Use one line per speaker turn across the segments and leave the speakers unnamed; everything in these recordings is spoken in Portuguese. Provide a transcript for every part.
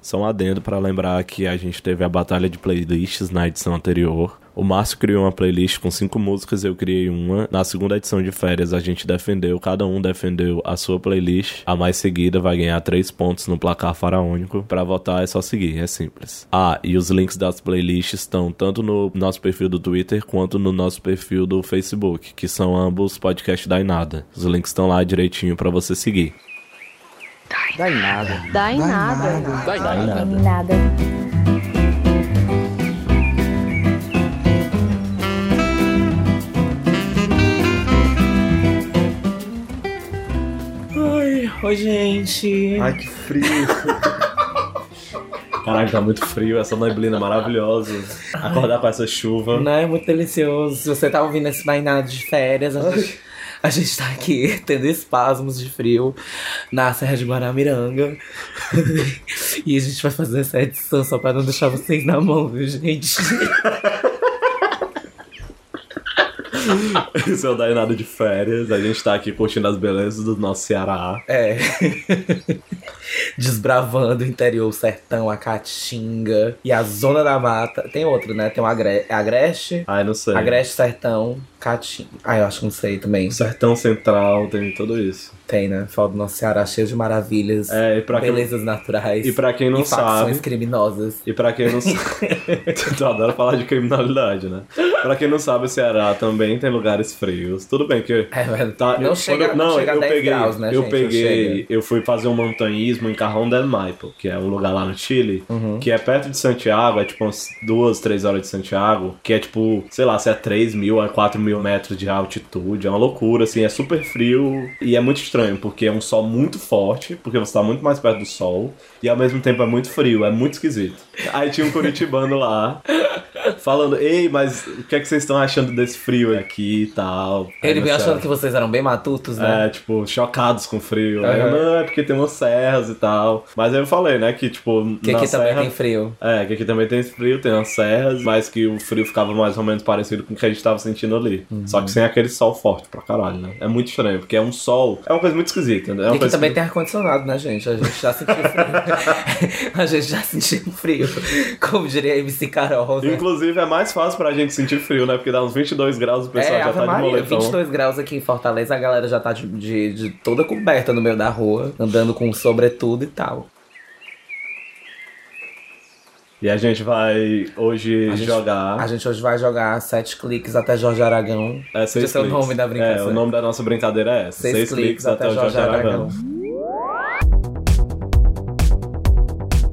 Só um adendo para lembrar que a gente teve a batalha de playlists na edição anterior. O Márcio criou uma playlist com cinco músicas, eu criei uma. Na segunda edição de férias, a gente defendeu, cada um defendeu a sua playlist. A mais seguida vai ganhar três pontos no placar faraônico. Para votar é só seguir, é simples. Ah, e os links das playlists estão tanto no nosso perfil do Twitter quanto no nosso perfil do Facebook, que são ambos podcast da Inada. Os links estão lá direitinho para você seguir.
Dá em nada.
Dá em nada.
Dá em
Dá
nada.
em nada.
Ai, ô gente.
Ai, que frio.
Caralho, tá muito frio, essa neblina maravilhosa. Acordar com essa chuva.
Não, é muito delicioso. Se você tá ouvindo esse bainado de férias, a gente, a gente tá aqui tendo espasmos de frio na Serra de Guaramiranga. e a gente vai fazer essa edição só pra não deixar vocês na mão, viu, gente?
Esse é o Dainado de Férias. A gente tá aqui curtindo as belezas do nosso Ceará.
É. Desbravando o interior, o sertão, a Caatinga e a Zona da Mata. Tem outro, né? Tem o Agre... Agreste.
Ai, não sei.
Agreste, Sertão, Caatinga. Ah, eu acho que não sei também.
Sertão Central, tem tudo isso.
Tem, né? Fala do nosso Ceará cheio de maravilhas,
É, e pra quem-
belezas naturais.
E pra quem não
e facções
sabe.
criminosas.
E pra quem não sabe. tu adora falar de criminalidade, né? Pra quem não sabe, o Ceará também tem lugares frios. Tudo bem que.
É, mas
Tá,
não
eu-
chega,
quando- não,
chega
eu
a 10
peguei,
graus, né,
eu
gente? Não
peguei,
chega.
eu fui fazer um montanhismo em Carrão del Maipo, que é um lugar lá no Chile, que é perto de Santiago, é tipo umas duas, três horas de Santiago, que é tipo, sei lá, se é 3 mil a 4 mil metros de altitude, é uma loucura, assim, é super frio e é muito estranho, porque é um sol muito forte, porque você tá muito mais perto do sol, e ao mesmo tempo é muito frio, é muito esquisito. Aí tinha um curitibano lá, falando, ei, mas o que é que vocês estão achando desse frio aqui e tal? Aí
Ele
na
vem achando
Serra.
que vocês eram bem matutos, né?
É, tipo, chocados com frio. Aí eu,
Aham.
não, é porque tem umas serras e tal. Mas aí eu falei, né, que tipo,
que
na
aqui
serra...
também tem frio.
É, que aqui também tem frio, tem umas serras, mas que o frio ficava mais ou menos parecido com o que a gente tava sentindo ali.
Uhum.
Só que sem aquele sol forte pra caralho, né? É muito estranho, porque é um sol... É uma coisa muito esquisita, né? É uma
E aqui
coisa
também
que-
tem ar-condicionado, né, gente? A gente já sentiu frio. a gente já sentiu frio. Como diria a MC Carol, né?
Inclusive, é mais fácil pra gente sentir frio, né? Porque dá uns 22 graus e o pessoal
é,
já
Ave
tá de
Maria,
moletom.
22 graus aqui em Fortaleza, a galera já tá de, de- de toda coberta no meio da rua, andando com sobretudo e tal.
E a gente vai hoje
A gente-
jogar...
A gente hoje vai jogar sete cliques até Jorge Aragão.
É, seis
Esse é o
cliques.
nome da brincadeira.
É, o nome da nossa brincadeira é essa.
Seis, cliques, até, o Jorge Aragão.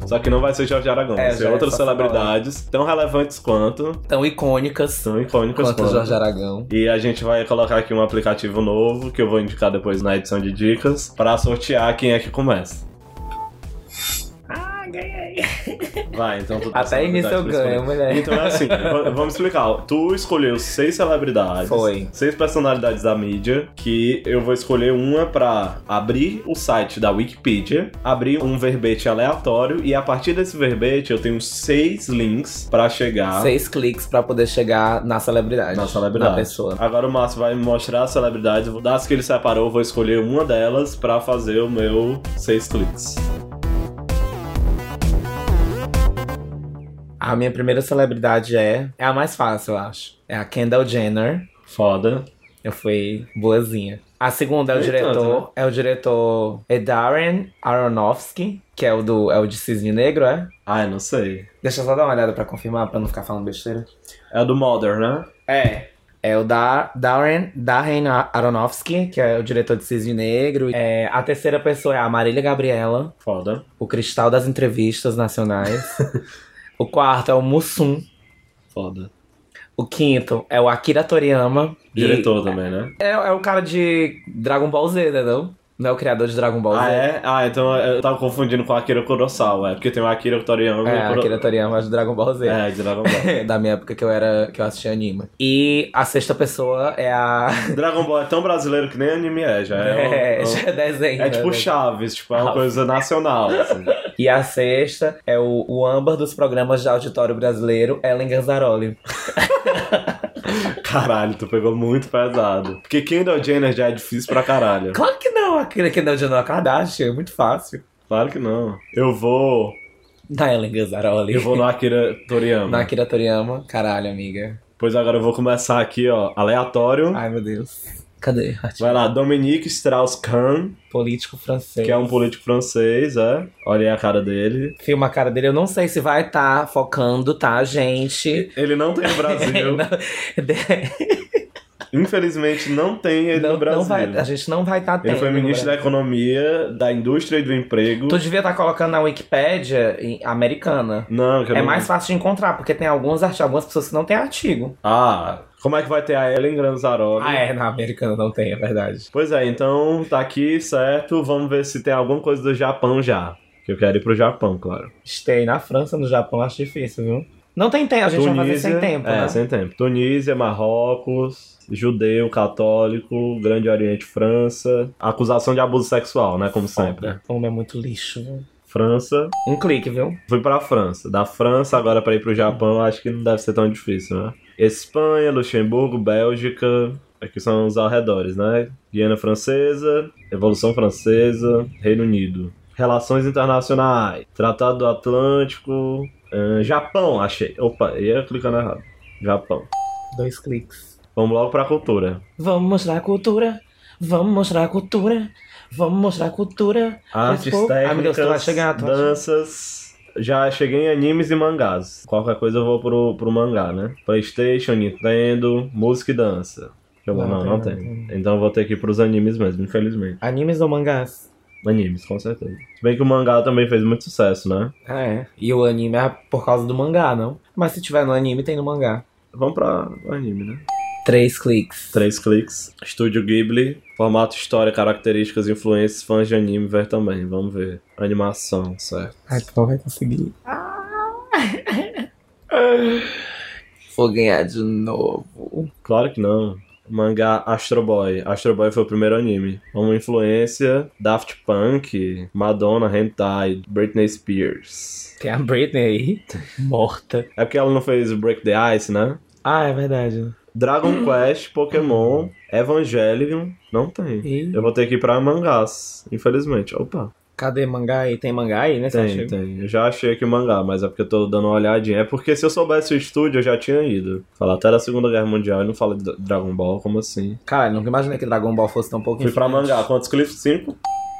Só que não vai ser Jorge Aragão,
É,
vai ser
já é
outras
essa
celebridades tão relevantes quanto,
Tão icônicas
tão icônicas
quanto
quanto.
o Jorge Aragão.
E a gente vai colocar aqui um aplicativo novo que eu vou indicar depois na edição de dicas pra sortear quem é que começa. Vai, então tu
Até início eu ganho, mulher.
Então é assim, v- vamos explicar. Tu escolheu seis celebridades,
Foi.
seis personalidades da mídia, que eu vou escolher uma pra abrir o site da Wikipedia, abrir um verbete aleatório e a partir desse verbete eu tenho seis links pra chegar
Seis cliques pra poder chegar na celebridade.
na celebridade.
Na pessoa.
Agora o Márcio vai me mostrar as celebridades. Vou- Das que ele separou, eu vou escolher uma delas pra fazer o meu seis cliques.
A minha primeira celebridade é. É a mais fácil, eu acho. É a Kendall Jenner.
Foda.
Eu fui boazinha. A segunda é o
Nem
diretor.
tanto,
É o diretor Edarren Aronofsky, que é o do. É o de Cisne Negro, é?
Ai, Ah, não sei.
Deixa eu só dar uma olhada pra confirmar, pra não ficar falando besteira.
É do Mother, né?
É. É o da Darren, Darren Aronofsky, que é o diretor de Cisne Negro. É, a terceira pessoa é a Marília Gabriela,
Foda.
o cristal das entrevistas nacionais. o quarto é o Mussum.
Foda.
O quinto é o Akira Toriyama. E-
Diretor também, né?
É, é o cara de Dragon Ball Z, né? Não? não é o criador de Dragon Ball Z.
Ah, é? Ah, então eu tava confundindo com o Akira Kurosawa. É porque tem o Akira Toriyama
É,
e o Kuro-
Akira Toriyama de Dragon Ball Z.
É, de Dragon Ball.
Da minha época que eu era que eu assistia anime. E a sexta pessoa é a.
Dragon Ball é tão brasileiro que nem anime é, já é. um-
É,
um-
já é desenho.
é
né,
tipo
velho?
Chaves, tipo, é uma coisa nacional. assim.
E a sexta é o, o âmbar dos programas de auditório brasileiro, Ellen Ganzaroli.
Caralho, tu pegou muito pesado. Porque Kendall Jenner já é difícil pra caralho.
Claro que não, aquele que não de Noah Kardashian, é muito fácil.
Claro que não. Eu vou
Da Tá, Ellen Gazzaroli.
Eu vou no Akira Toriyama.
Na Akira Toriyama. Caralho, amiga.
Pois agora eu vou começar aqui, ó, aleatório.
Ai, meu Deus. Cadê?
Vai lá, Dominique Strauss-Kahn,
Político francês.
que é um político francês, é. Olha aí a cara dele.
Filma a cara dele. Eu não sei se vai estar focando, tá, gente?
Ele não tem no Brasil.
Não-
Infelizmente não tem ele
não,
no Brasil.
não vai, a gente não vai estar
Ele
tendo
foi
no
ministro da
Brasil.
Economia, da Indústria e do Emprego.
Tu devia estar colocando na Wikipédia em- americana.
Não, que eu
É
não-
mais fácil de encontrar, porque tem alguns artigos, algumas pessoas que não têm artigo.
Ah, como é que vai ter a Ellen Granzaroli?
Ah, é, na americana não tem, é verdade.
Pois é, então tá aqui, certo? Vamos ver se tem alguma coisa do Japão já. Que eu quero ir pro Japão, claro.
Stay na França, no Japão, acho difícil, viu? Não tem tempo, a gente vai fazer sem tempo,
É,
né?
sem tempo. Tunísia, Marrocos, judeu, católico, Grande Oriente, França. Acusação de abuso sexual, né? Como sempre.
Como é muito lixo, viu?
França.
Um clique, viu?
Fui pra França. Da França agora pra ir pro Japão, acho que não deve ser tão difícil, né? Espanha, Luxemburgo, Bélgica. Aqui são os arredores, né? Guiana Francesa, Revolução Francesa, Reino Unido. Relações internacionais, Tratado do Atlântico, ahn, Japão, achei. Opa, ia clicando errado. Japão.
Dois cliques.
Vamos logo pra cultura.
Vamos mostrar a cultura. Vamos mostrar a cultura. Vamos mostrar a cultura.
Artes
Mas, pô,
técnicas,
amiga, tu vai chegar, tu vai
danças. Já cheguei em animes e mangás. Qualquer coisa eu vou pro, pro mangá, né? Playstation, Nintendo, música e dança. Deixa eu-
Não,
Não, não,
tem, não
tem. Então eu vou ter que ir pros animes mesmo, infelizmente.
Animes ou mangás?
Animes, com certeza. Se bem que o mangá também fez muito sucesso, né?
Ah, é. E o anime é por causa do mangá, não? Mas se tiver no anime, tem no mangá.
Vamos pra anime, né?
Três cliques.
Três cliques. Estúdio Ghibli. Formato, história, características, influências, fãs de anime, ver também. Vamos ver. Animação, certo.
Ai, tu não vai conseguir. Ah! Vou ganhar de novo.
Claro que não. Mangá Astro Boy. Astro Boy foi o primeiro anime. Uma influência Daft Punk, Madonna, Hentai, Britney Spears.
Tem a Britney aí, morta.
É porque ela não fez o Break the Ice, né?
Ah, é verdade.
Dragon Quest, Pokémon, Evangelion. Não tem.
E...
Eu vou ter que ir pra mangás, infelizmente. Opa,
Cadê mangá aí? Tem mangá aí, né?
tem, tem. Eu já achei aqui o mangá, mas é porque eu tô dando uma olhadinha. É porque se eu soubesse o estúdio, eu já tinha ido. Falar até da Segunda Guerra Mundial e não fala de Dra- Dragon Ball, como assim?
Cara, nunca imaginei que Dragon Ball fosse tão pouco
Fui pra
influente.
mangá. Quantos clips? Cinco?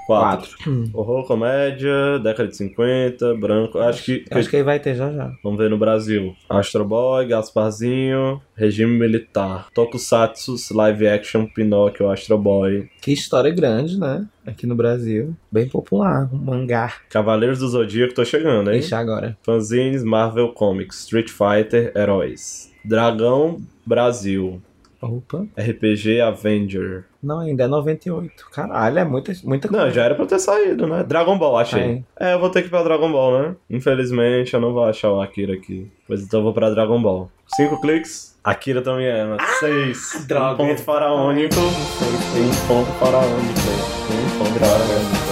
Quatro.
Quatro. Hum.
Horror, comédia, década de 50, branco. Acho que.
Eu acho que aí vai ter já já.
Vamos ver no Brasil. Astro Boy, Gasparzinho, Regime Militar. Tokusatsu, live action, Pinóquio, Astro Boy.
Que história grande, né? Aqui no Brasil. Bem popular, um mangá.
Cavaleiros do Zodíaco, tô chegando, hein?
Deixa agora.
Fanzines, Marvel Comics, Street Fighter, Heróis. Dragão, Brasil.
Opa.
RPG Avenger.
Não, ainda é 98. Caralho, é muita, muita
Não, já era pra eu ter saído, né? Dragon Ball, achei.
Aí.
É, eu vou ter que ir pra Dragon Ball, né? Infelizmente, eu não vou achar o Akira aqui. Pois então eu vou pra Dragon Ball. Cinco cliques. Akira também é, mas seis.
droga.
Um ponto faraônico. Um ponto faraônico. Um ponto faraônico.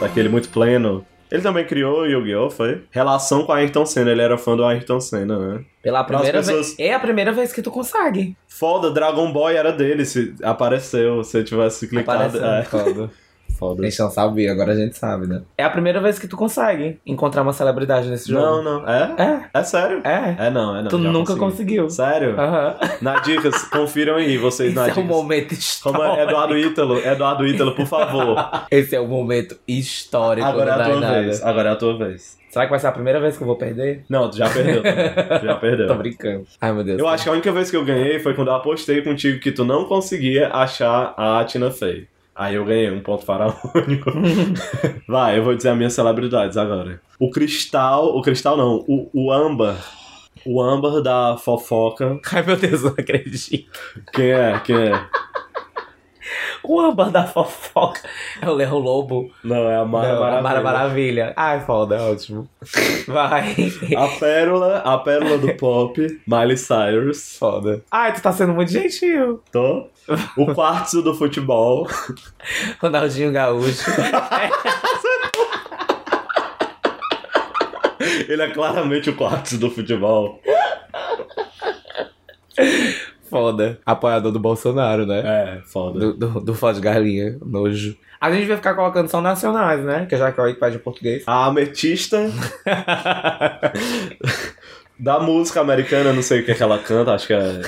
Daquele Tá muito pleno. Ele também criou o Yu-Gi-Oh! foi? Relação com a Ayrton Senna. Ele era fã do Ayrton Senna, né?
Pela primeira
Nossa,
vez.
pessoas-
É a primeira vez que tu consegue.
Foda, Dragon Boy era dele. Se apareceu, se eu tivesse clicado.
Aparece
É.
foda. A
Foda.
gente não sabia, agora a gente sabe, né? É a primeira vez que tu consegue encontrar uma celebridade nesse
Não,
jogo.
não. É?
É,
É sério?
é.
É não, é não.
tu
já
nunca
consegui.
conseguiu.
Sério?
Aham.
Na dicas, confiram aí, vocês na
Esse é o
dicas.
momento
Como
histórico.
é Eduardo Ítalo, Eduardo Ítalo, por favor.
Esse é o momento histórico
Agora é
do
a tua
Dainada.
vez. Agora é a tua vez.
Será que vai ser a primeira vez que eu vou perder?
Não, tu já perdeu. também. Tu já
Tô
perdeu.
brincando. Ai, meu Deus.
É. Eu acho que a única vez que eu ganhei foi quando eu apostei contigo que tu não conseguia achar a Tina Fey. Aí eu ganhei um ponto faraônico. Vai, eu vou dizer as minhas celebridades agora. O Cristal, o Cristal não, o, o Âmbar. O Âmbar da fofoca.
Ai, meu Deus, eu não acredito.
Quem é? Quem é?
O âmbar da fofoca é o Leão Lobo.
Não, é a Mara
Não,
Maravilha.
a Mara Maravilha. Ai, foda, é ótimo. Vai.
A pérola, a pérola do pop, Miley Cyrus.
Foda. Ai, tu tá sendo muito gentil.
Tô. O quartzo do futebol.
Ronaldinho Gaúcho.
Ele é claramente o quartzo do futebol.
Foda. Apoiador do Bolsonaro, né?
É, foda.
Do, do, do Foz de Galinha. Nojo. A gente vai ficar colocando só nacionais, né? Que já que é o equipagem em português.
A ametista da música americana, não sei o que, é que ela canta, acho que é.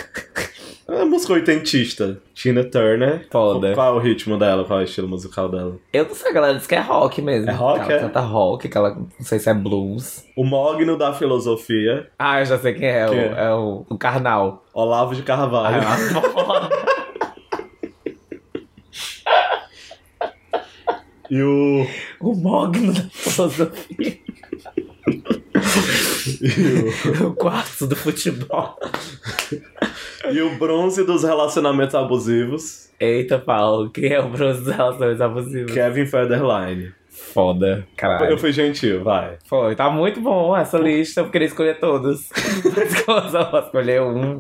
É uma música oitentista. Tina Turner.
Foda.
Qual é o ritmo dela? Qual é o estilo musical dela?
Eu não sei, a galera diz que é rock mesmo.
É rock,
Ela
é?
canta rock, que ela não sei se é blues.
O Mogno da Filosofia,
Ah, eu já sei quem é.
Quem
o,
é?
é o, o Karnal.
Olavo de
Ah, é
Carvalho.
uma foda.
E o.
o Mogno da filosofia. o quarto do futebol.
E o bronze dos relacionamentos abusivos,
Eita, Paulo, quem é o bronze das relações abusivas?
Kevin Federline.
é Foda, caralho.
Eu fui gentil, vai.
Foi, tá muito bom essa lista. Eu queria escolher todos. Mas como eu só posso escolher um.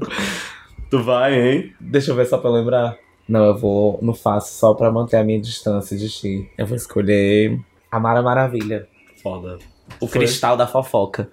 Tu vai, hein?
Deixa eu ver só pra eu lembrar. Não, eu vou. Não faço só pra manter a minha distância de ti. Eu vou escolher. A Mara Maravilha.
Foda.
O
Foi.
cristal da fofoca.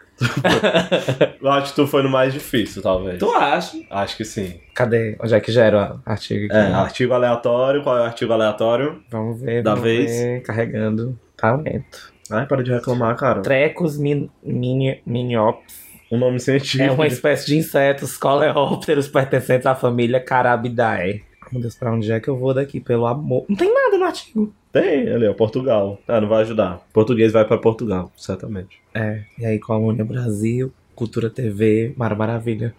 Eu acho que tu foi no mais difícil, talvez.
Tu acha?
Acho que sim.
Cadê? Onde é que gera o artigo
É,
aqui? Ah,
artigo aleatório. Qual é o artigo aleatório?
Vamos ver.
Da
vamos
vez.
ver. Carregando. Tá lento.
Ai, para de reclamar, cara.
Trecos min, mini, miniópteros.
Um nome científico.
É uma espécie de insetos coleópteros pertencentes à família Carabidae. Meu Deus, pra onde é que eu vou daqui? Pelo amor. Não tem nada no artigo.
Tem ali, ó, Portugal. Ah, não vai ajudar. Português vai pra Portugal, certamente.
É, e aí com a Colônia Brasil, Cultura TV, Mara Maravilha.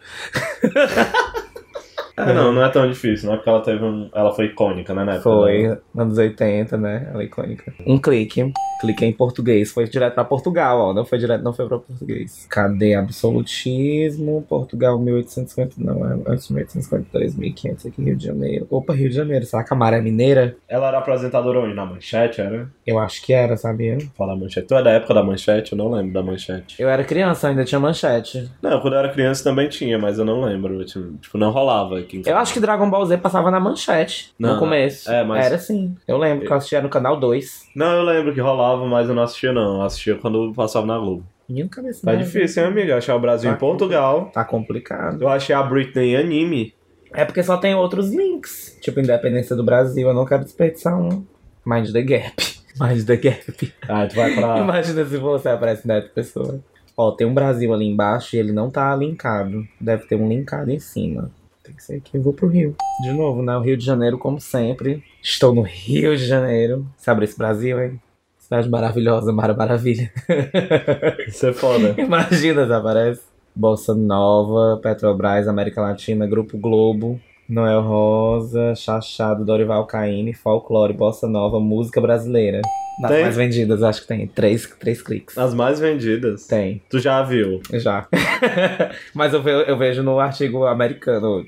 É, não, não é tão difícil, não é porque ela teve um. Ela foi icônica, né, na época dela.
Foi anos 80, né? Ela é icônica. Um clique. Cliquei em português. Foi direto pra Portugal, ó. Não foi direto, não foi pra português. Cadê absolutismo? Portugal 1850. Não, é antes de 1853, 1500 aqui, Rio de Janeiro. Opa, Rio de Janeiro. Será que a Mara é mineira?
Ela era apresentadora onde? Na manchete, era?
Eu acho que era, sabia?
Fala manchete. Tu é da época da manchete? Eu não lembro da manchete.
Eu era criança, ainda tinha manchete.
Não, quando eu era criança também tinha, mas eu não lembro. Tipo, tipo, não rolava aqui em
Eu acho que Dragon Ball Z passava na manchete
Não,
no
não.
começo.
É, mas-
Era sim. Eu lembro que eu assistia no canal 2.
Não, eu lembro que rolava, mas eu não assistia, não. Eu assistia quando passava na Globo.
Minha cabeça.
Tá
né?
difícil, hein, amiga? Achar o Brasil
Tá
em Portugal.
Tá complicado.
Eu achei a Britney em anime.
É porque só tem outros links. Tipo, Independência do Brasil. Eu não quero desperdiçar um. Mind the Gap. Mind the Gap.
Ah, tu vai pra.
Imagina se você aparece nessa pessoa. Ó, tem um Brasil ali embaixo e ele não tá linkado. Deve ter um linkado em cima. Tem que ser aqui. Eu vou pro Rio. De novo, né? O Rio de Janeiro, como sempre. Estou no Rio de Janeiro. Se abre esse Brasil, hein? Cidade maravilhosa, Mara Maravilha.
Isso é foda.
Imagina se aparece. Bolsa Nova, Petrobras, América Latina, Grupo Globo, Noel Rosa, Chachado, Dorival Caymmi, Folclore, Bossa Nova, Música Brasileira. Nas
Tem?
mais vendidas, acho que tem. Três, três cliques.
As mais vendidas.
Tem,
Tu já viu.
já. Mas eu, ve- eu vejo no artigo americano.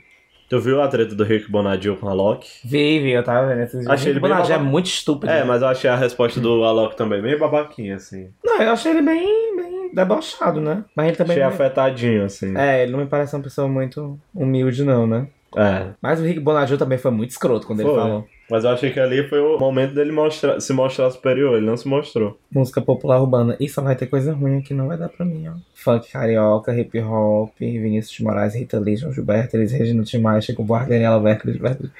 Tu viu a treta do Rick Bonadil com a Loki?
Vive, eu tava vendo esses
Achei ele bem
Bonadinho é
babaca.
muito estúpido.
É, mas eu achei a resposta do Alok também meio babaquinha, assim.
Não, eu achei ele bem, bem debochado, né? Mas ele também.
achei
não-
afetadinho, assim.
É, ele não me parece uma pessoa muito humilde, não, né?
É.
Mas o Rick Bonadil também foi muito escroto quando ele
Foi.
falou.
Mas eu achei que ali foi o momento dele mostrar, se mostrar superior. Ele não se mostrou.
Música popular urbana. Ih, só vai ter coisa ruim aqui, não vai dar pra mim, ó. Funk carioca, hip hop, Vinícius de Moraes, Rita Lee, João Gilberto, Elis Regina Timais, Chico Buarque, Daniela Alberto, Gilberto.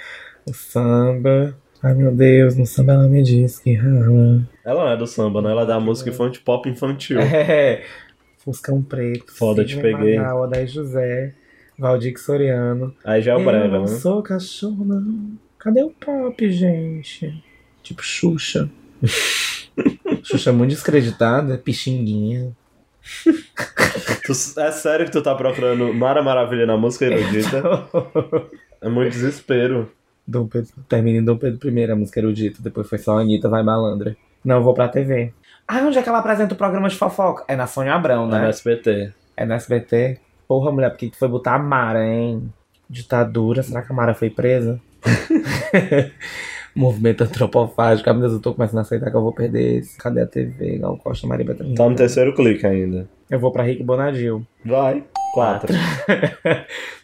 O samba. Ai meu Deus, no samba ela me diz que rama.
Ela não é do samba, né? Ela é da música infantil, pop infantil.
É. Fuscão Preto.
Foda, te
Sidney
peguei.
Magal, Odair José, Valdir Soriano.
Aí já é o
Eu
brega,
não
né?
sou cachorro, não. Cadê o pop, gente? Tipo Xuxa. Xuxa é muito descreditada, pixinguinha.
Tu- é sério que tu tá procurando Mara Maravilha na música erudita? É muito desespero.
Dom Pedro, terminei em Dom Pedro I, a música erudita, depois foi só Anitta vai malandra. Não, eu vou pra TV. Ah, onde é que ela apresenta o programa de fofoca? É na Sônia Abrão,
É no
né?
SBT.
É na SBT. Porra, mulher, por que tu foi botar a Mara, hein? Ditadura, será que a Mara foi presa? Movimento antropofágico. Ah, meu Deus, eu tô começando a aceitar que eu vou perder esse. Cadê a TV? Gal Costa, Maria Bethânia.
Tá no terceiro clique ainda.
Eu vou pra Rick Bonadil.
Vai. Quatro.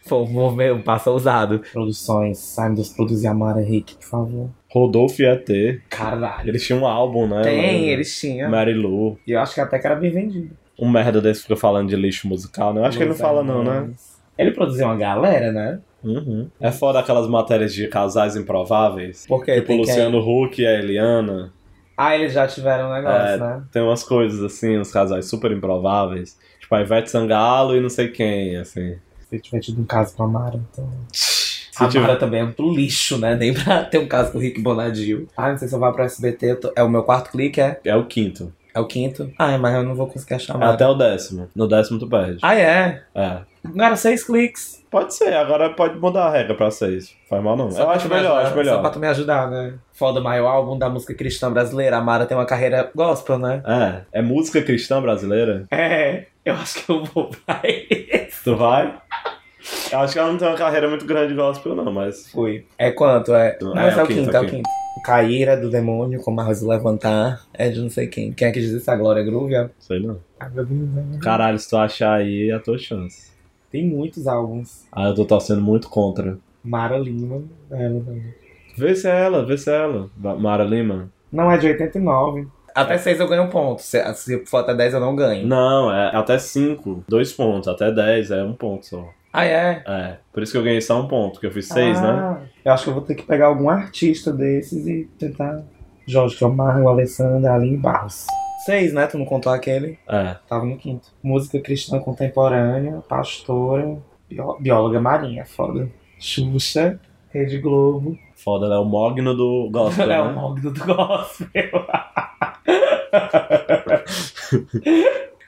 Foi um movimento, um passo ousado. Produções, sai dos produzir a Mara, Rick, por favor.
Rodolfo e ET.
Caralho.
Eles tinham um álbum, né?
Tem,
Lembra?
eles tinham.
Marilu.
E eu acho que até que era bem vendido.
Um
é,
merda desse fica falando de lixo musical, né? Eu acho que ele não fala, não, né?
Ele produziu uma galera, né?
Uhum. É fora aquelas matérias de casais improváveis.
Por quê?
Tipo
Tem
o
quem-
Luciano Huck e a Eliana.
Ah, eles já tiveram um negócio,
É,
né?
Tem umas coisas assim, uns casais super improváveis. Tipo a Ivete Sangalo e não sei quem, assim.
Se tiver tido um caso com a Mara, então.
Se
a
tiver-
Mara também é um pro lixo, né? Nem pra ter um caso com o Rick Bonadio. Ah, não sei se eu vou pro SBT. eu tô- É o meu quarto clique, é?
É o quinto.
É o quinto? Ah, mas eu não vou conseguir achar a
É
Mara.
até o décimo. No décimo tu perde.
Ah, é?
É.
Agora seis cliques.
Pode ser, agora pode mudar a regra pra seis. Faz mal não.
Só
eu
pra
acho
tu me
melhor,
ajudar-
acho
Só pra
melhor.
tu me ajudar, né? Foda maior álbum da música cristã brasileira. A Mara tem uma carreira gospel, né?
É. É música cristã brasileira?
É, eu acho que eu vou pra ele.
Tu vai? Eu acho que ela não tem uma carreira muito grande gospel, não, mas.
Fui. É quanto? É.
Não,
Não,
é
mas é,
o
o
quinto,
quinto, é o quinto. Cair é do demônio, como arroz levantar. É de não sei quem. Quem é que diz isso? A Glória Groove? A-
Sei não.
a Glorinha.
Caralho, se tu achar aí, é a tua chance.
Tem muitos álbuns.
Ah, eu tô torcendo muito contra.
Mara Lima. é, não tem.
Vê se é ela, vê se é ela. Ba- Mara Lima?
Não, é de 89. Até 6 eu ganho um ponto. Se, se for até 10 eu não ganho.
Não, é até 5, 2 pontos, até 10 é um ponto só.
Ah, é?
É, por isso que eu ganhei só um ponto, que eu fiz 6, né?
Ah, Eu acho que eu vou ter que pegar algum artista desses e tentar. Jorge Camargo, Alessandra, Aline Barros. Seis, né? Tu não contou aquele?
É.
Tava no quinto. Música cristã contemporânea, pastora, bió- bióloga marinha, foda. Xuxa, Rede Globo.
Foda, ela é o mogno do gospel,
É o
né?
nome do gospel.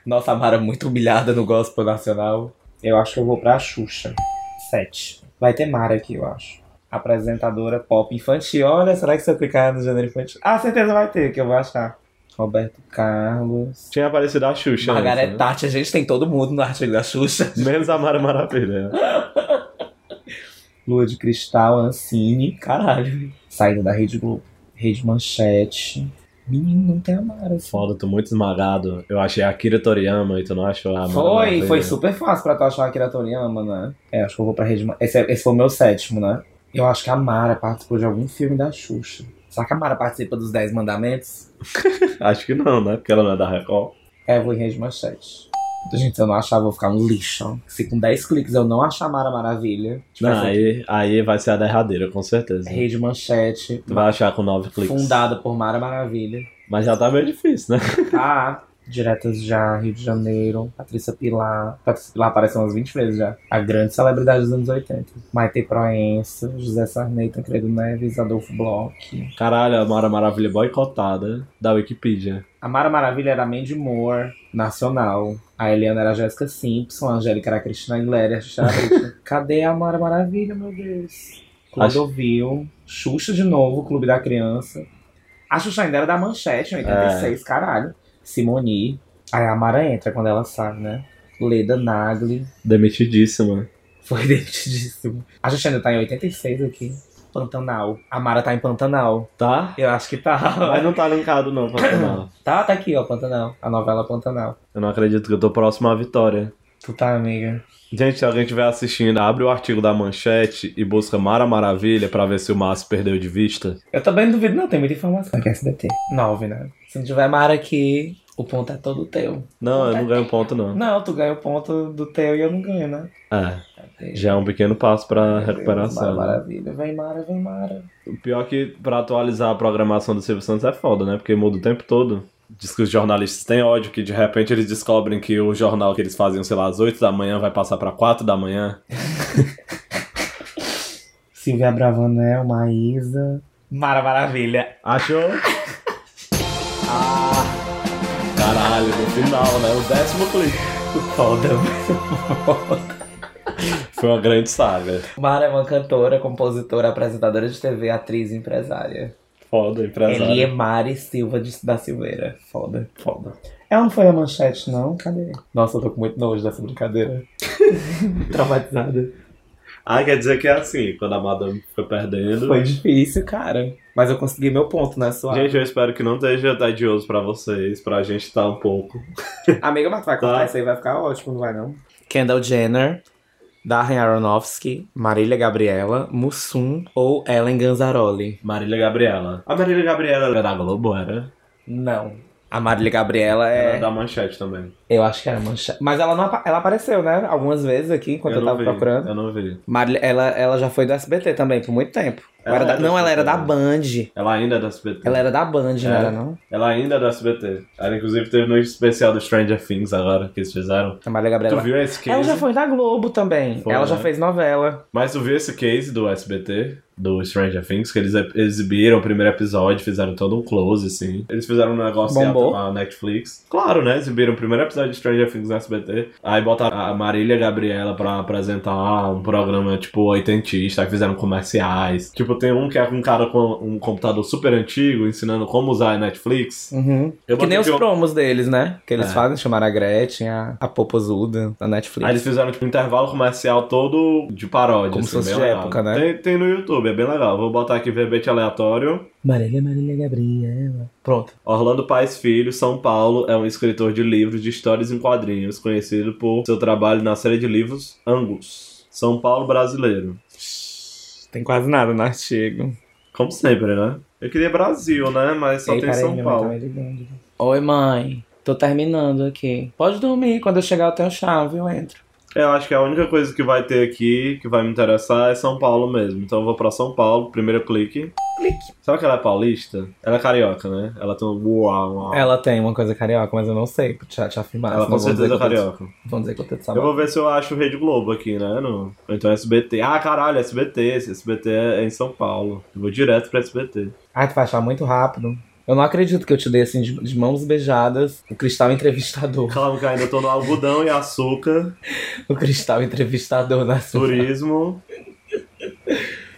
Nossa, a Mara é muito humilhada no gospel nacional. Eu acho que eu vou pra Xuxa. Sete. Vai ter Mara aqui, eu acho. Apresentadora pop infantil. Olha, será que se eu clicar no gênero infantil? Ah, certeza vai ter, que eu vou achar. Roberto Carlos.
Tinha aparecido a Xuxa. antes,
Margareth
né?
Tati, a gente tem todo mundo no artigo da Xuxa.
Menos a Mara Maravilha. né?
Lua de Cristal, Ancine, caralho. Saída da Rede Globo. Rede Manchete. Menino, não tem a Mara. assim.
Foda, tô muito esmagado. Eu achei a Akira Toriyama e tu não achou a Mara
Foi,
Maravilha.
foi super fácil pra tu achar a Kira Toriyama, né? É, acho que eu vou pra Rede Ma- Esse, é- esse foi o meu sétimo, né? Eu acho que a Mara participou de algum filme da Xuxa. Será que a Mara participa dos Dez Mandamentos?
Acho que não, né? Porque ela não é da Record.
É, eu vou em Rede Manchete. Gente, se eu não achar, eu vou ficar um lixo. ó. Se com 10 cliques eu não achar a Mara Maravilha, tipo
Não,
essa
aí, aí vai ser a derradeira, com certeza.
Rede Manchete,
Tu vai achar com nove cliques.
fundada por Mara Maravilha.
Mas já tá meio difícil, né?
Ah, diretas já, Rio de Janeiro, Patrícia Pilar. Patrícia Pilar apareceu umas 20 vezes já. A grande celebridade dos anos 80. Maite Proença, José Sarney, Tancredo Neves, Adolfo Bloch.
Caralho, a Mara Maravilha boicotada da Wikipedia.
A Mara Maravilha era Mandy Moore, nacional. A Eliana era a Jéssica Simpson, a Angélica era a Cristina Aguilera, e a Xuxa era a Britney. Cadê a Mara Maravilha, meu Deus? Clodovil, Xuxa de novo, Clube da Criança. A Xuxa ainda era da Manchete, em
É.
86, caralho. Simoni. Aí a Mara entra quando ela sai, né? Leda Nagli.
Demitidíssima.
Foi demitidíssimo. A Xuxa ainda tá em 86 aqui. Pantanal. A Mara tá em Pantanal.
Tá?
Eu acho que
Mas
tá.
não tá linkado não, Pantanal.
Tá, tá aqui, ó, Pantanal. A novela Pantanal.
Eu não acredito que eu tô próximo à vitória.
Tu tá, amiga.
Gente, se alguém estiver assistindo, abre o artigo da manchete e busca Mara Maravilha pra ver se o Márcio perdeu de vista.
Eu também não duvido, não. Tem muita informação. Aqui é SBT. Nove, né? Se não tiver Mara aqui, o ponto é todo teu.
Não, eu não ganho ponto não.
Não, tu ganha o ponto do teu e eu não ganho, né?
É, já é um pequeno passo pra recuperação.
Mara,
né?
maravilha. Vem, Mara, vem, Mara.
O pior é que pra atualizar a programação do Silvio Santos é foda, né? Porque muda o tempo todo. Diz que os jornalistas têm ódio, que de repente eles descobrem que o jornal que eles faziam, sei lá, às 8 da manhã vai passar pra 4 da manhã.
Silvia Bravanel, Maísa. Mara Maravilha.
Achou? Ah, Caralho, no final, né? O décimo clique.
Foda.
Foi uma grande saga.
Mara é uma cantora, compositora, apresentadora de TV, atriz e empresária.
Foda, empresário.
Elie Mari Silva de- da Silveira. Foda, foda. Ela não foi a manchete, não? Cadê? Nossa, eu tô com muito nojo dessa brincadeira. Traumatizada.
Ah, quer dizer que é assim, quando a Madame fica perdendo.
Foi difícil, cara. Mas eu consegui meu ponto, né, sua?
Gente, eu espero que não esteja tedioso pra vocês, pra gente tá um pouco.
Amiga, mas tu vai cortar
Tá.
isso aí, vai ficar ótimo, não vai não? Kendall Jenner, Darren Aronofsky, Marília Gabriela, Mussum ou Ellen Ganzaroli?
Marília Gabriela. A Marília Gabriela era da Globo, era?
Não. A Marília Gabriela
Era
é.
da manchete também.
Eu acho que era manchete. Mas ela, não, apa- ela apareceu, né? Algumas vezes aqui, enquanto eu,
não
tava
vi,
procurando.
Eu não vi.
Marília, ela, ela já foi do SBT também, por muito tempo. Ou
Ela
era da-
é do
não, ela era da
SBT.
Band.
Ela ainda é da SBT.
Ela era da Band, não
É.
era não?
Ela ainda é da SBT. Ela inclusive teve no especial do Stranger Things agora que eles fizeram.
A Marília
Tu
Gabriela.
viu esse case?
Ela já foi da Globo também.
Foi,
ela já
né?
fez novela.
Mas tu viu esse case do SBT, do Stranger Things, que eles e- exibiram o primeiro episódio, fizeram todo um close, assim. Eles fizeram um negócio
Bombou.
com a Netflix. Claro, né? Exibiram o primeiro episódio de Stranger Things no SBT. Aí botaram a Marília Gabriela pra apresentar um programa, tipo, oitentista, aí fizeram comerciais. Tipo, tem um que é um cara com um computador super antigo, ensinando como usar a Netflix.
Uhum.
Eu
Que nem os
botei um-
promos deles, né? Que eles
É.
fazem, chamaram a Gretchen, a, a Popozuda, da
Aí
Netflix.
eles fizeram tipo, um intervalo comercial todo de paródia.
Como se
assim, bem
fosse de
legal.
época, né?
Tem, tem no YouTube, é bem legal. Vou botar aqui verbete aleatório.
Marília, Marília Gabriela. Pronto.
Orlando Paes Filho, São Paulo, é um escritor de livros de histórias em quadrinhos, conhecido por seu trabalho na série de livros Angus. São Paulo brasileiro.
Tem quase nada no artigo.
Como sempre, né? Eu queria Brasil, né? Mas só
Ei,
tem
peraí,
São
minha mãe tá
Paulo.
me ligando. Oi, mãe. Tô terminando aqui. Pode dormir, quando eu chegar eu tenho chave, eu entro.
Eu acho que a única coisa que vai ter aqui que vai me interessar é São Paulo mesmo. Então eu vou pra São Paulo, primeiro clique. Clique. Sabe que ela é paulista? Ela é carioca, né? Ela tem um uau, uau.
Ela tem uma coisa carioca, mas eu não sei, te, te afirmar.
Ela com
senão vão dizer
certeza é
que eu tô-
carioca.
Vão dizer que eu tô de
Eu
sabão.
vou ver se eu acho Rede Globo aqui, né? No... ou Então SBT. Ah, caralho, SBT. Esse SBT é em São Paulo. Eu vou direto pra SBT.
Ah, tu vai achar muito rápido. Eu não acredito que eu te dei assim, de, de mãos beijadas, o cristal entrevistador.
Calma que eu ainda tô no algodão e açúcar,
O cristal entrevistador na sua.
turismo.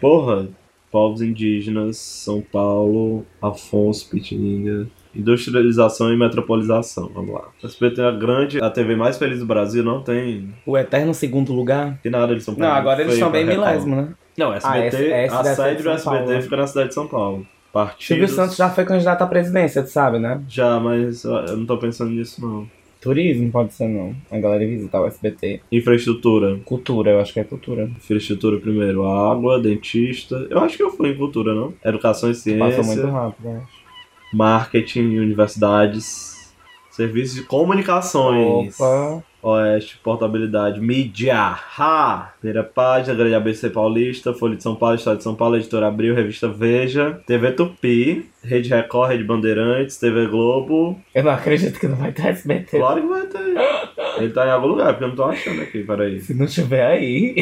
Porra. Povos indígenas, São Paulo, Afonso Pitininga. Industrialização e metropolização, vamos lá. SBT é a grande, a TV mais feliz do Brasil, não tem,
O eterno segundo lugar.
tem nada de São Paulo.
Não, agora eles
Feio
estão
pra
bem
reclamar.
milésimo, né?
Não, SBT,
Ah, é- é
a
cidade
sede
de
do
São
SBT
Paulo.
fica na cidade de São Paulo.
Silvio
Partidos...
Santos já foi candidato à presidência, tu sabe, né?
Já, mas ó, eu não tô pensando nisso, não.
Turismo pode ser, não. A galera visita o SBT.
Infraestrutura.
Cultura, eu acho que é cultura.
Infraestrutura primeiro. Água, dentista. Eu acho que eu fui em cultura, não? Educação e ciência.
Passou muito rápido, né?
Marketing, universidades. Serviços de comunicações.
Opa.
Oeste, portabilidade, mídia. Ha! Primeira página, Grande ABC Paulista, Folha de São Paulo, Estado de São Paulo, Editora Abril, Revista Veja, TV Tupi, Rede Record, Rede Bandeirantes, TV Globo.
Eu não acredito que não vai ter SBT.
Claro que vai ter. Ele tá em algum lugar, porque eu não tô achando aqui, peraí.
Se não tiver aí.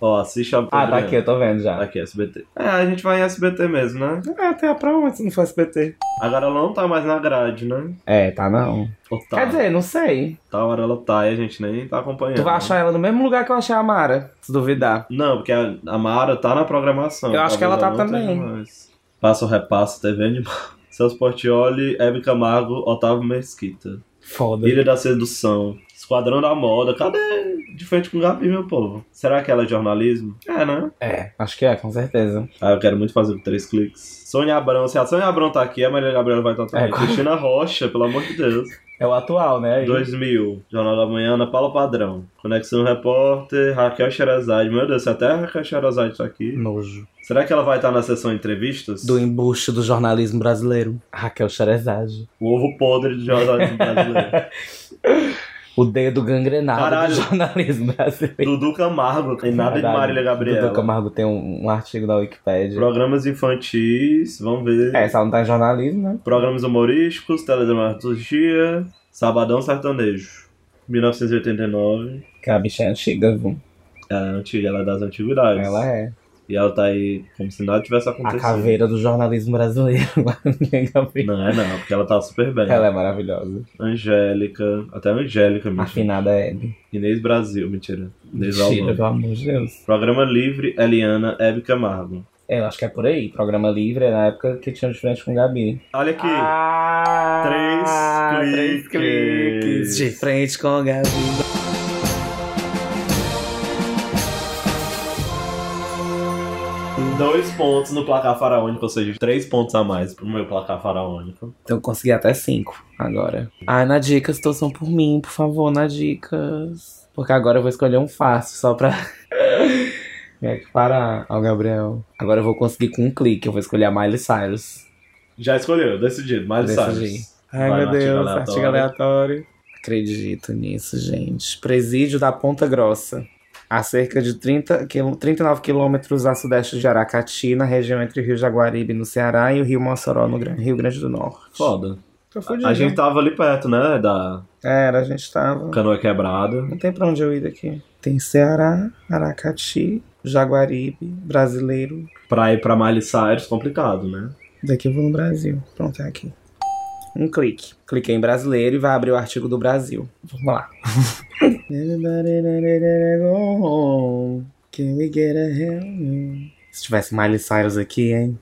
Ó, assiste a.
Ah, tá aqui, eu tô vendo
Tá
já.
aqui, SBT. É, a gente vai em SBT mesmo, né?
Ah, até pra onde se não for SBT?
Agora ela não tá mais na grade, né?
É, tá não.
Ou tá.
Quer dizer, não sei.
Tá, agora ela tá e a gente nem tá acompanhando.
Tu vai
né?
achar ela no mesmo lugar que eu achei a Mara, se duvidar.
Não, porque a a Mara tá na programação.
Eu acho que ela
Talvez
tá
não tenha
também.
mais. Passa o repasso, TV Animal. Celso Portioli, Hebe Camargo, Otávio Mesquita.
Foda.
Ilha da Sedução. Esquadrão da Moda. Cadê? De frente com o Gabi, meu povo. Será que ela é jornalismo? É, né?
É, acho que é, com certeza.
Ah, eu quero muito fazer com três cliques. Sônia Abrão, se a Sônia Abrão tá aqui, a Maria Gabriela vai estar também.
É, com-
Cristina Rocha, pelo amor de Deus.
É o atual, né?
2000, Jornal da Manhã, Ana Paula Padrão. Conexão Repórter, Raquel Xerazade. Meu Deus, se até a Raquel Xerazade tá aqui.
Nojo.
Será que ela vai estar na sessão entrevistas?
Do embuste do jornalismo brasileiro. Raquel Xerezade.
O ovo podre do jornalismo brasileiro.
O dedo gangrenado
Caralho.
do jornalismo brasileiro.
Dudu Camargo, tem nada de
Caralho.
Marília Gabriela.
Dudu Camargo tem um, um artigo da Wikipédia.
Programas infantis, vamos ver.
É, se ela não tá em jornalismo, né?
Programas humorísticos, teledramaturgia, Sabadão Sertanejo. 1989.
Que a bicha é antiga, viu?
Ela é antiga, ela é das antiguidades.
Ela é.
E ela tá aí como se nada tivesse
A
acontecido.
caveira do jornalismo brasileiro.
Não é não, porque ela tá super bem.
ela é maravilhosa.
Angélica, até Angélica, mentira.
Afinada é.
Inês Brasil, mentira. Inês Valvão.
Mentira, pelo amor de Deus.
Programa Livre, Eliana, Hebe Camargo.
É, eu acho que é por aí. Programa livre é na época que tinha de frente com o Gabi.
Olha aqui.
Ah,
Três cliques.
De frente com o Gabi.
Dois pontos no placar faraônico, ou seja, três pontos a mais pro meu placar faraônico.
Então eu consegui até cinco agora. Ai, na dicas, torçam por mim, por favor, na dicas. Porque agora eu vou escolher um fácil só pra. Tem que parar. Ó, Gabriel. Agora eu vou conseguir com um clique. Eu vou escolher a Miley Cyrus.
Já escolheu, decidido. Miley
Decidi.
Cyrus.
Ai,
Vai
meu
no
Deus,
artigo
artigo aleatório. Acredito nisso, gente. Presídio da Ponta Grossa. A cerca de 30, quil- 39 quilômetros a sudeste de Aracati, na região entre o Rio Jaguaribe, no Ceará, e o Rio Mossoró, no Gran- Rio Grande do Norte.
Foda.
Tô
A gente tava ali perto, né? Da
Era, a gente tava.
canoa quebrada.
Não tem pra onde eu ir daqui. Tem Ceará, Aracati, Jaguaribe, Brasileiro.
Pra ir pra Miley Cyrus, complicado, né?
Daqui eu vou no Brasil. Pronto, é aqui. Um clique. Cliquei em brasileiro e vai abrir o artigo do Brasil. Vamos lá. Go home. Can we get a hell? Se tivesse Miley Cyrus aqui, hein?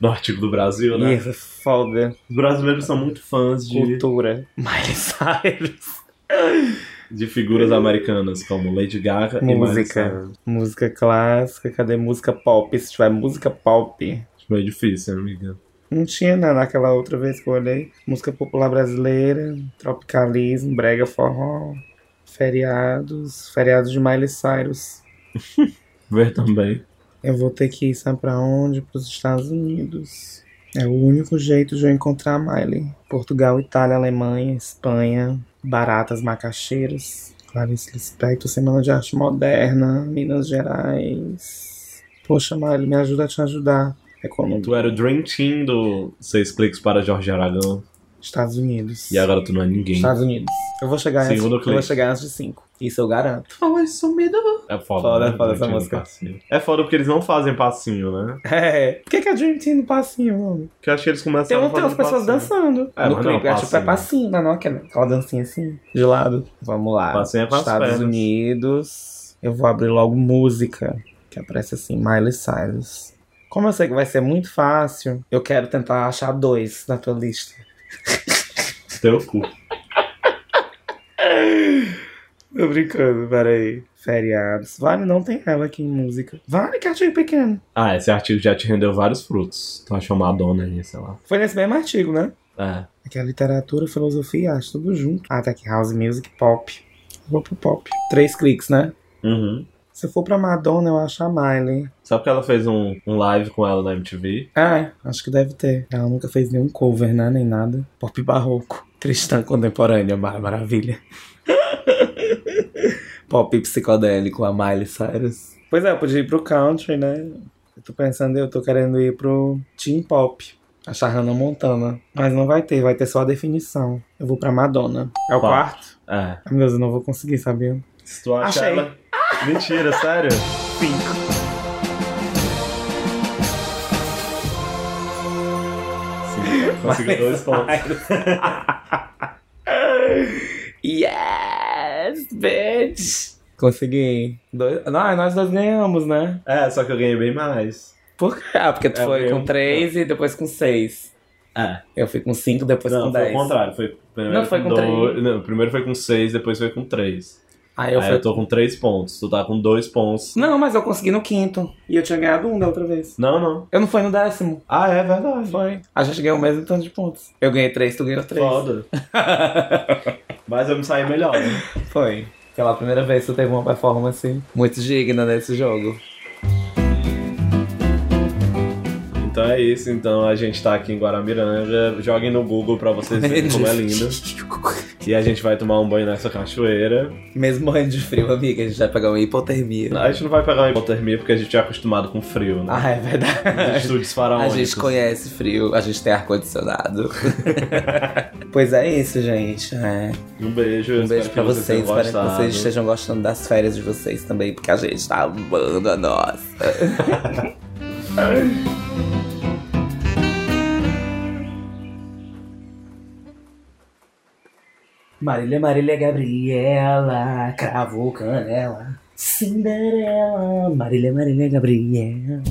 No artigo do Brasil, né?
Isso, foda.
Os brasileiros são muito fãs de,
Cultura. Miley Cyrus.
de figuras americanas, como Lady Gaga e Miley
Música.
Cyrus.
Música clássica. Cadê música pop? Se tiver música pop.
Acho meio difícil, amiga.
Não tinha né, naquela outra vez que eu olhei. Música popular brasileira, tropicalismo, brega forró, feriados, feriados de Miley Cyrus.
Ver também.
Eu vou ter que ir, sabe pra onde? Pros Estados Unidos. É o único jeito de eu encontrar a Miley. Portugal, Itália, Alemanha, Espanha, baratas, macaxeiras, Clarice Lispector, Semana de Arte Moderna, Minas Gerais. Poxa, Miley, me ajuda a te ajudar. É Econômico.
Tu era o Dream Team do Seis Cliques para Jorge Aragão.
Estados Unidos.
E agora tu não é ninguém.
Estados Unidos. Eu vou chegar antes,
Segundo
eu vou
clique.
chegar antes de 5. Isso eu garanto.
É foda,
Foda,
né? Dream
foda essa
Team do
música.
passinho. É foda porque eles não fazem passinho, né?
É. Por que, que a Dream Team do passinho, mano?
Porque eu acho que eles começaram
Tem, um-
a
tem umas
fazer
pessoas
passinho.
dançando
É,
no
mas não,
clipe. É tipo, é
passinho.
passinho, mas não aquela, aquela dancinha assim, de lado. Vamos lá.
Passinho é com as
Estados
pernas.
Unidos. Eu vou abrir logo música, que aparece assim, Miley Cyrus. Como eu sei que vai ser muito fácil, eu quero tentar achar dois na tua lista.
Teu cu.
Tô brincando, peraí. Feriados. Vale, não tem ela aqui em música. Vale, que artigo pequeno.
Ah, esse artigo já te rendeu vários frutos. Tu achou Madonna aí, sei lá.
Foi nesse mesmo artigo, né?
É.
Aqui é literatura, filosofia e arte, tudo junto. Ah, tá aqui, house music, pop. Eu vou pro pop. Três cliques, né?
Uhum.
Se eu for pra Madonna, eu acho a Miley.
Sabe que ela fez um, um live com ela na MTV?
Ah, acho que deve ter. Ela nunca fez nenhum cover, né? Nem nada. Pop barroco. Cristã contemporânea, mar- maravilha. pop psicodélico, a Miley Cyrus. Pois é, eu podia ir pro country, né? Eu tô pensando, eu tô querendo ir pro teen pop. Achar Hannah Montana. Mas não vai ter, vai ter só a definição. Eu vou pra Madonna. É o
Qual?
quarto?
É.
Ai, Meu Deus, eu não vou conseguir, sabia?
Se tu acha
Achei.
ela. Mentira, sério?
Cinco.
Sim, conseguiu dois pontos.
yes, bitch! Consegui. Dois... Não, nós dois ganhamos, né?
É, só que eu ganhei bem mais.
Por quê? Ah, porque tu
É,
foi
eu-
com três e depois com seis.
É.
Eu fui com cinco, depois
não,
com
foi
dez.
o contrário. Foi primeiro
Não, foi com
dois- não, primeiro foi com seis, depois foi com três.
Aí eu
Aí
fui.
Ah, eu tô com três pontos. Tu tá com dois pontos.
Não, mas eu consegui no quinto. E eu tinha ganhado um da outra vez.
Não, não.
Eu não fui no décimo.
Ah, é verdade.
Foi. A gente ganhou o mesmo tanto de pontos. Eu ganhei três, tu ganhou três.
Foda. Mas eu me saí melhor, né?
Foi. Pela primeira vez tu teve uma performance muito digna nesse jogo.
Então é isso, então a gente tá aqui em Guaramiranga. Joguem no Google pra vocês verem como é lindo. E a gente vai tomar um banho nessa cachoeira.
Mesmo morrendo de frio, amiga, a gente vai pegar uma hipotermia.
A gente não vai pegar uma hipotermia porque a gente é acostumado com frio, né?
Ah, é
Os
verdade.
Estúdios faraônicos.
A gente conhece frio, a gente tem ar-condicionado. pois é isso, gente. É.
Um beijo. eu
Um beijo
espero
pra
que vocês.
vocês.
tenham
Espero que
gostado.
vocês estejam gostando das férias de vocês também, porque a gente tá amando a nossa. Marília, Marília, Gabriela, Cravo, Canela, Cinderela, Marília, Marília, Gabriela.